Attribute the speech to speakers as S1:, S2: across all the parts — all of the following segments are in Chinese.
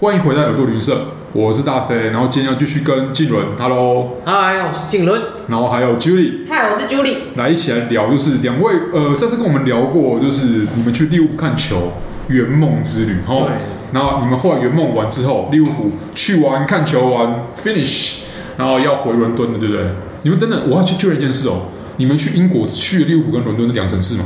S1: 欢迎回到耳朵旅社，我是大飞，然后今天要继续跟静伦，Hello，
S2: 嗨，我是静伦。
S1: 然后还有 Julie
S3: 嗨，我是 Julie。
S1: 来一起来聊，就是两位呃上次跟我们聊过，就是你们去利物浦看球圆梦之旅，哈，
S2: 对
S1: 然后你们后来圆梦完之后，利物浦去玩看球完 finish，然后要回伦敦的，对不对？你们等等，我要去确认一件事哦，你们去英国只去了利物浦跟伦敦的两城市吗？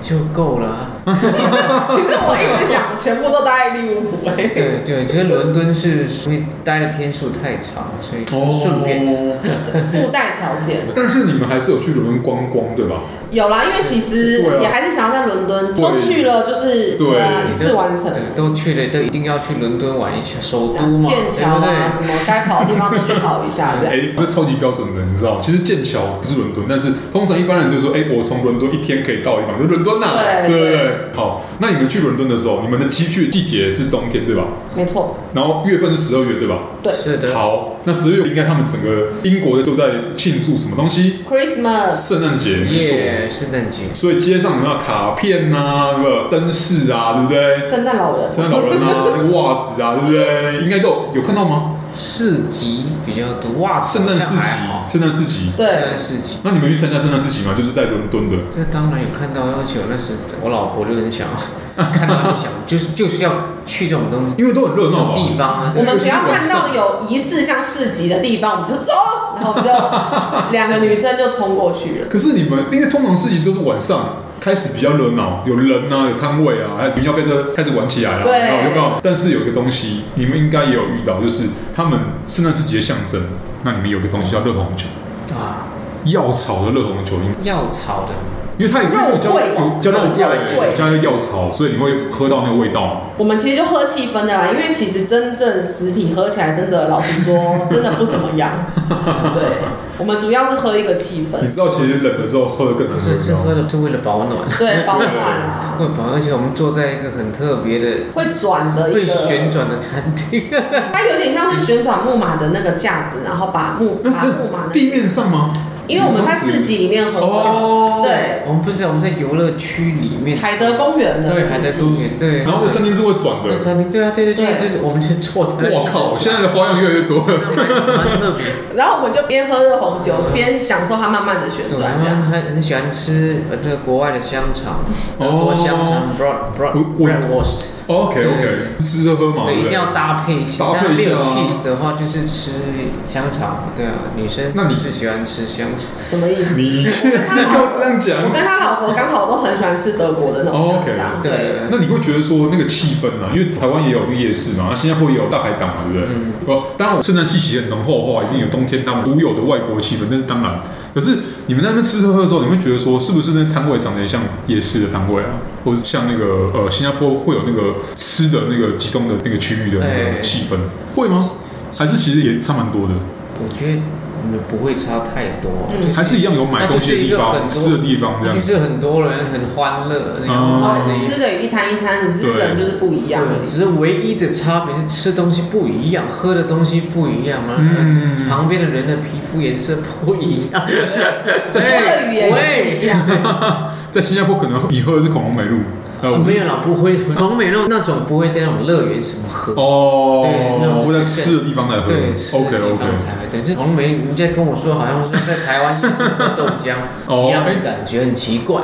S2: 就够了啊。
S3: 其实我一 直想全部都待在利物浦、
S1: 哎
S3: 欸，
S2: 对对，其实伦敦是因为待的天数太长，所以
S1: 哦
S2: 就 顺便。
S1: 便，
S3: 附带条件
S1: 但是你们还是有去伦敦观光，对吧？
S3: 有啦，因为其实
S1: 对啊
S3: 也还是想要在伦敦，
S1: 对
S3: 都去了就是
S1: 对
S3: 啊一次完成，
S2: 对，都去了，都一定要去伦敦玩一下，首都嘛，
S3: 剑
S2: 对
S3: 桥
S2: 不
S3: 啊
S2: 对？
S3: 什么该跑的地方都去跑 一下，这样。
S1: 哎，这超级标准的，你知道？其实剑桥不是伦敦，但是通常一般人就说，哎，我从伦敦一天可以到一方，就伦敦呐、
S3: 对
S1: 对
S3: 对
S1: 对。好，那你们去伦敦的时候，你们的去去季节是冬天，对吧？
S3: 没错，
S1: 然后月份是十二月，对吧？
S3: 对
S2: 是的。
S1: 好，那十二月应该他们整个英国都在庆祝什么东西？
S3: ，Christmas，
S1: 圣诞节，没错。
S2: 耶，圣诞节。
S1: 所以街上有没有卡片呐、啊，那个灯饰啊，对不对？
S3: 圣诞老人，
S1: 圣诞老人啊，那个袜子啊，对不对？应该都有有看到吗？
S2: 市集比较多，哇，
S1: 圣诞市集
S2: 好像还好，
S1: 圣诞市集。
S2: 圣
S3: 对，
S2: 诞市集。
S1: 那你们去参加圣诞市集吗？就是在伦敦的。
S2: 这当然有看到要求，那时我老婆就很想， 看到就想， 就是就是要去这种东西，
S1: 因为都很热
S2: 这
S1: 闹
S2: 种
S1: 嘛。
S2: 地方啊。
S3: 我
S2: 对
S3: 们只要
S1: 晚
S3: 看
S1: 上
S3: 到有疑似像市集的地方，我们就走，然后我 们就两个女生就冲过去了。
S1: 可是你们因为通常市集都是晚上开始比较热闹，有人啊，有摊位啊，还有要开始开始玩起来了，
S3: 对
S1: 然后有没有？但是有一个东西，你们应该也有遇到，就是他们圣诞市集的象征。那你们有个东西叫热红酒，
S3: 嗯
S2: 啊，
S1: 药草的热红酒，
S2: 药草的
S1: 因为它有
S3: 肉
S1: 叫
S3: 桂
S1: 有叫肉
S2: 肉
S1: 桂，
S2: 桂
S1: 有加药草，所以你会喝到那个味道。
S3: 我们其实就喝气氛的啦，因为其实真正实体喝起来，真的老 实说，真的不怎么样。对，我们主要是喝一个气
S1: 你
S3: 氛，
S1: 知道，其实冷的时候喝的更
S2: 不
S1: 难喝，
S2: 是
S1: 你知
S2: 是
S1: 道
S2: 喝
S1: 吗？
S2: 的，是为了保暖。
S3: 对，保暖啊，
S2: 会吧，而且我们坐在一个很特别的、
S3: 会转的一
S2: 会
S3: 个，
S2: 旋转的餐厅，
S3: 它有点像是旋转木马的那个架子，然后把 木
S1: 那
S3: 把木马
S1: 那
S3: 那，
S1: 地面上吗？
S3: 因为我们在市集里面喝酒，
S1: 哦，
S3: 对，
S2: 我们不是我们在游乐区里面，
S3: 海德公园的
S2: 对海德
S3: 市
S2: 公
S3: 集，
S2: 园对，
S1: 然后这餐厅是会转的
S2: 那。餐厅对啊对对对，
S3: 对
S2: 就是我们是坐在那里
S1: 我 靠，现在的花样越来越多了。
S2: 那蛮蛮特 别。
S3: 然后我们就边喝热红酒边享受它慢慢的旋
S2: 对，
S3: 转，
S2: 他
S3: 这
S2: 们
S3: 样
S2: 很很喜欢吃呃那个国外的香肠，德国香肠 broad
S1: 哦我
S2: broad
S1: 我
S2: bratwurst，
S1: OK OK，吃喝喝嘛，
S2: 对，
S1: 对
S2: 一
S1: 不
S2: 定
S1: 对？
S2: 要搭配一下。
S1: 搭配一下啊
S2: 但没有 cheese 的话，就是吃香肠。对啊，女生
S1: 那你
S2: 是喜欢吃香肠？
S3: 什么意思？
S1: 你 不要这样
S3: 我
S1: 讲。
S3: 跟他老婆刚好都很喜欢吃德国的那
S1: 哦
S3: 种
S1: ，OK
S3: 香肠，
S2: 对
S3: 对。
S1: 那你会觉得说那个气氛啊，因为台湾也有一个夜市嘛，那新加坡也有大排档嘛，对不对？
S2: 嗯
S1: 哦，当然圣诞气息很浓厚的话，一定有冬天他们独有的外国气氛，那是当然。可是你们在那边吃喝喝的时候，你会觉得说，是不是那摊位长得也像夜市的摊位啊，或者像那个呃新加坡会有那个吃的那个集中的那个区域的那个
S2: 哎
S1: 气氛，会吗？还是其实也差蛮多的？
S2: 我觉得你们不会差太多，
S3: 嗯
S2: 就是
S1: 还是一样有买东西的地
S2: 那
S1: 方、
S2: 就是一
S1: 吃的地
S2: 个很多
S1: 方这
S2: 那
S1: 样
S2: 就
S1: 子。
S2: 是很多人很欢乐，然
S3: 然
S2: 后
S3: 后
S1: 嗯
S3: 哦吃的也一摊一摊，只是
S1: 对
S3: 人就是不一样而
S2: 对，
S3: 已。
S2: 只是唯一的差别是吃东西不一样，喝的东西不一样嘛，
S1: 嗯
S2: 呃旁边的人的皮肤颜色不一样，
S1: 在
S3: 说的语言也
S2: 喂
S3: 不一样，
S1: 在新加坡可能你喝的是恐龙美露，呃，
S2: 啊
S1: 我
S2: 没有啦，不会，黄美露那种不会在那种乐园什么喝。对那
S1: 哦，
S2: 种
S1: 会在吃的地方来喝。
S2: 对，吃的
S1: OK
S2: 地
S1: OK
S2: 方。才会对。这黄梅，你在跟我说，好像说在台湾也是喝豆浆
S1: 哦啊
S2: 一样的
S1: 哎
S2: 感觉，很奇怪。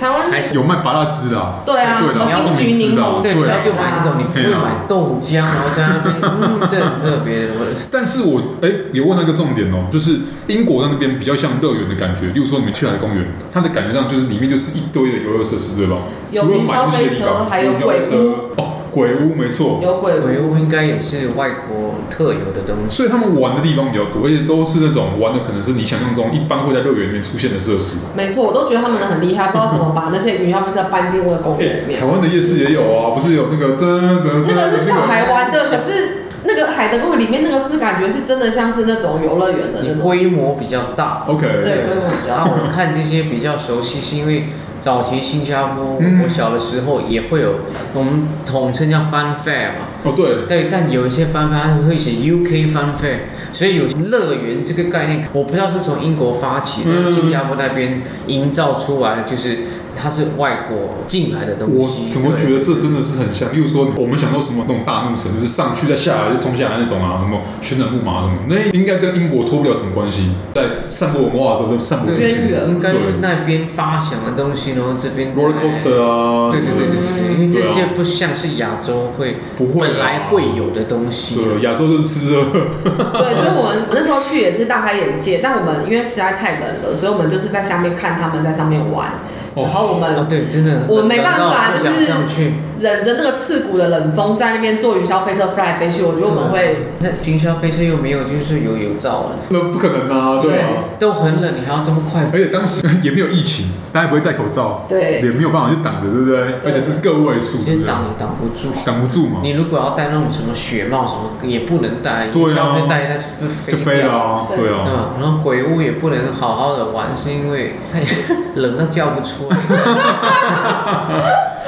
S3: 台湾
S2: 还是
S1: 有卖拔辣汁啊，
S3: 对啊，
S1: 对
S3: 什
S1: 啦
S3: 么金桔柠檬，
S2: 对，
S1: 对
S2: 你
S1: 啊
S2: 要就买这种，你不会买豆浆，然后在那边，嗯，这很特别。我
S1: 但是我哎、也问到一个重点哦，就是英国在那边比较像乐园的感觉，例如说你们去海公园，它的感觉上就是里面就是一堆的游乐设施，对吧？
S3: 有
S1: 除了
S3: 云
S1: 买
S3: 霄
S1: 东西的
S3: 飞
S1: 地
S3: 车
S1: 方，
S3: 还有
S1: 云霄
S3: 鬼
S1: 飞车哦，鬼屋没错，
S3: 有鬼
S2: 鬼
S3: 屋，
S2: 屋应该也是外国特有的东西。
S1: 所以他们玩的地方比较多，而且都是那种玩的可能是你想象中一般会在乐园里面出现的设施。
S3: 没错，我都觉得他们很厉害，不知道怎么把那些云霄飞车搬进那个公
S1: 哎、
S3: 园里面
S1: 台。湾的夜市也有啊，不是有那个噔噔噔，
S3: 那个是小
S1: 那个
S3: 孩玩的，可是那个海德公园里面那个是感觉是真的像是那种游乐园的那
S2: 你啊
S3: 种。
S2: 规模比较大。
S1: OK，
S3: 对规模比较
S2: 然后我看这些比较熟悉，是因为早期新加坡，
S1: 嗯
S2: 我小的时候也会有，我们统称叫 fun fair 嘛。
S1: 哦对，
S2: 对，但有一些 fun fair 它会写 UK fun fair，所以有乐园这个概念，我不知道是从英国发起的，
S1: 嗯
S2: 新加坡那边营造出来的，就是它是外国进来的东西。
S1: 我怎么觉得这真的是很像？例如说，我们想到什么那种大怒神，就是上去再下来就冲下来那种啊，什么旋转木马什么，那应该跟英国脱不了什么关系。在散播文化的时候就散播出
S3: 对
S1: 去
S3: 渊源
S2: 应该就是那边发祥的东西，然后这边
S1: ，roller coaster 啊，
S2: 对
S1: 什
S2: 对
S1: 么的，
S2: 对对对，因为这些不像是亚洲会
S1: 啊不会啊
S2: 本来会有的东西。
S1: 对，亚洲就是吃热，
S3: 对，所以我们那时候去也是大开眼界。但我们因为实在太冷了，所以我们就是在下面看他们在上面玩，
S1: 哦
S3: 然后我
S2: 啊
S3: 们，
S2: 对，真的，
S3: 我没办法
S2: 不想
S3: 就是
S2: 上去。
S3: 忍着那个刺骨的冷风在那边坐云霄飞车飞来飞去，我觉得我们会
S2: 那平霄飞车又没有，就是有油罩了，
S1: 那不可能啊，对啊。
S2: 都很冷，你还要这么快？
S1: 而且当时也没有疫情，大家也不会戴口罩，也
S3: 对
S1: 没有办法去挡着，对不对？而且是个位数，
S2: 其
S1: 对不
S2: 实
S1: 对
S2: 挡也挡不住。
S1: 挡不住嘛，
S2: 你如果要戴那种什么雪帽什么，也不能戴，
S1: 对啊
S2: 你消费戴一戴就飞
S1: 就飞了。啊，
S3: 对
S1: 对
S2: 对
S1: 啊。
S2: 吧？然后鬼屋也不能好好的玩，是因为它也 冷到叫不 出来，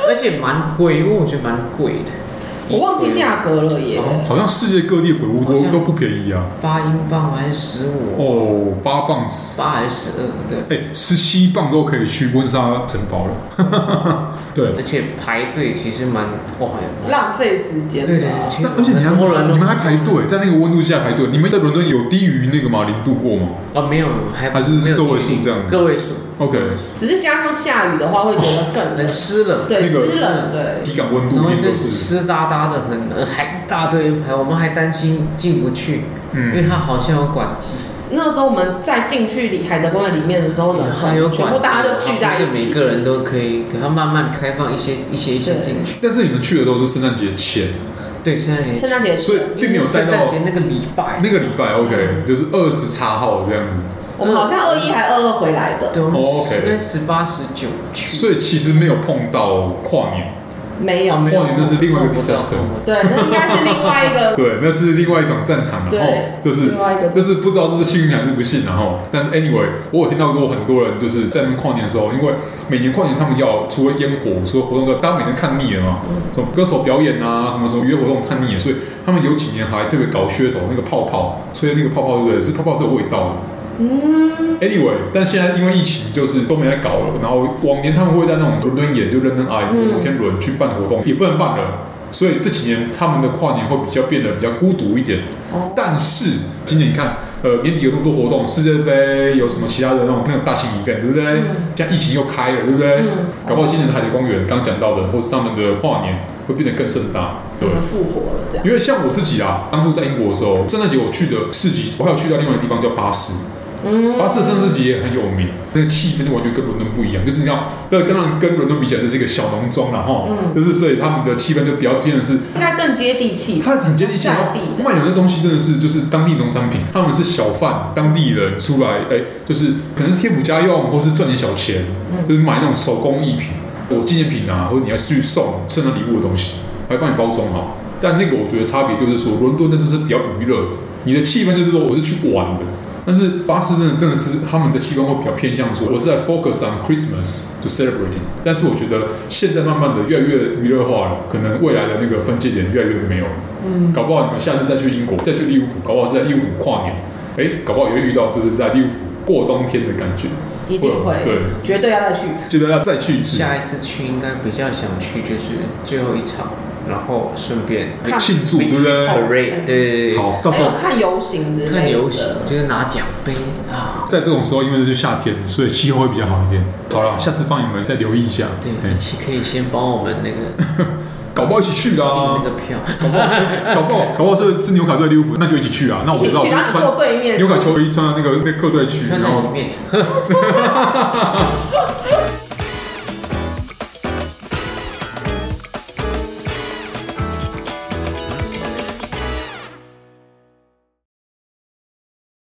S2: 而且蛮鬼屋，我觉得蛮贵的。
S3: 我忘记价格了耶。
S2: 哦
S1: 好像世界各地的鬼屋
S2: 好
S1: 都
S2: 像
S1: 都不便宜啊，
S2: 八英镑还是十五、
S1: 哦，八磅尺。
S2: 八还是十二？对，
S1: 哎、十七磅都可以去温莎城堡了。 对，
S2: 而且排队其实蛮哇，
S3: 浪费时间
S2: 对对
S3: 吧，
S2: 对，其实
S1: 那而且你
S2: 很多
S1: 还
S2: 人都嗯
S1: 你们还排队，在那个温度下排队。你们在伦敦有低于那个吗？零度过吗
S2: 哦，没有，还
S1: 还是
S2: 没有
S1: 个位数
S2: 地理
S1: 这样子
S2: 个位数
S1: OK
S2: 个位数
S3: 只是加上下雨的话，会觉得更
S2: 很
S3: 冷。
S2: 湿冷。
S1: 那
S3: 对，
S1: 个
S3: 湿冷，对，
S1: 体感温度
S2: 然
S1: 一
S2: 后
S1: 定
S2: 这
S1: 都是，
S2: 湿哒哒的很，呃还一大堆人排，我们还担心进不去，因为
S1: 嗯，
S2: 它好像有管制，
S3: 那时候我们在进去里海德公园里面的时候呢，
S2: 还有管制，
S3: 全部大家就聚在
S2: 它
S3: 一
S2: 不是每
S3: 起。
S2: 个人都可以，对，它慢慢开放一些一些一些进去。
S1: 但是你们去的都是圣诞节前，
S2: 对，现
S1: 哦
S2: 在也
S3: 圣诞节
S1: 所以并没有带
S2: 圣
S1: 到
S2: 诞节那个礼拜，
S1: 那个礼拜，OK，就是二十叉号这样子，
S3: 我们好像二一还二二回来的，
S2: 对，我们
S1: 哦，OK
S2: 应该十八十九去，
S1: 所以其实没有碰到跨年，
S3: 没有
S1: 跨。年那是另外一个
S2: 碰不到
S1: disaster，
S2: 碰不到
S3: 对，那应该是另外一 个，
S1: 对，那是另外一种战场，然后
S3: 对，
S1: 哦就是
S3: 另外一个
S1: 就是不知道这是幸运还是不幸，然后，但是 anyway，我有听到过很多人就是在那边跨年的时候，因为每年跨年他们要除了烟火，除了活动之外，大家每年看腻了嘛，
S3: 嗯
S1: 什么歌手表演啊，什么什么娱乐活动看腻了，所以他们有几年还特别搞噱头，那个泡泡吹的那个泡泡，对不对？是泡泡是有味道的。嗯，anyway，但现在因为疫情，就是都没来搞了。然后往年他们会在那种伦敦眼，就伦敦 eye
S3: 嗯
S1: 摩天轮去办活动，也不能办了。所以这几年他们的跨年会比较变得比较孤独一点。
S3: 哦，
S1: 但是今年你看，呃，年底有那么多活动，世界杯有什么其他的那种那种大型 event，对不对？
S3: 嗯
S1: 像疫情又开了，对不对？
S3: 嗯
S1: 搞不好今年的海底公园刚讲到的，或是他们的跨年会变得更盛大，对
S3: 我。们复活了这样。
S1: 因为像我自己啊，当初在英国的时候，圣诞节我去的市集，我还有去到另外一个地方叫巴斯，
S3: 嗯，
S1: 巴斯的圣诞节也很有名，那个气氛就完全跟伦敦不一样，就是你知道，那当然跟伦敦比起来就是一个小农庄了哈，
S3: 嗯
S1: 就是所以他们的气氛就比较偏的是
S3: 应该更接地气。
S1: 它很接地气，然后
S3: 在地的
S1: 卖的那东西真的是就是当地农产品，他们是小贩，当地人出来，哎、就是可能是贴补家用，或是赚点小钱，就是买那种手工艺品，我纪念品啊，或者你要去送圣诞礼物的东西，还帮你包装好。但那个我觉得差别就是说，伦敦那真是比较娱乐，你的气氛就是说我是去玩的。但是巴斯真的真的是他们的气氛会比较偏向说，我是在 focus on Christmas to celebrating。但是我觉得现在慢慢的越来越娱乐化了，可能未来的那个分界点越来越没有了。搞不好你们下次再去英国，再去利物浦，搞不好是在利物浦跨年，哎，搞不好也会遇到就是在利物浦过冬天的感觉，
S3: 一定会，
S1: 对，
S3: 绝对要再去。
S1: 觉得要再去一次
S2: 下一次去应该比较想去就是最后一场，然后顺便
S3: 看
S1: 庆祝，对不对？
S2: parade，对对对，
S1: 好，到时候
S3: 还有看游行之类的。
S2: 哎看游行就是拿奖杯啊，
S1: 在这种时候，因为是夏天，所以气候会比较好一点。好了，下次帮你们再留意一下，
S2: 对
S1: 哎，
S2: 是可以先帮我们那个订
S1: 搞不好一起去啦
S2: 那，个票，
S1: 搞不好，搞不好，搞不好是是纽卡对利物浦，那就一起去啊。那我
S3: 一
S1: 知
S3: 起
S1: 道，我
S3: 去，
S1: 就
S3: 然后你
S1: 穿
S3: 坐对面。
S1: 纽卡球衣穿到那个那个客队去，
S2: 穿
S1: 然
S2: 在里
S1: 后
S2: 面，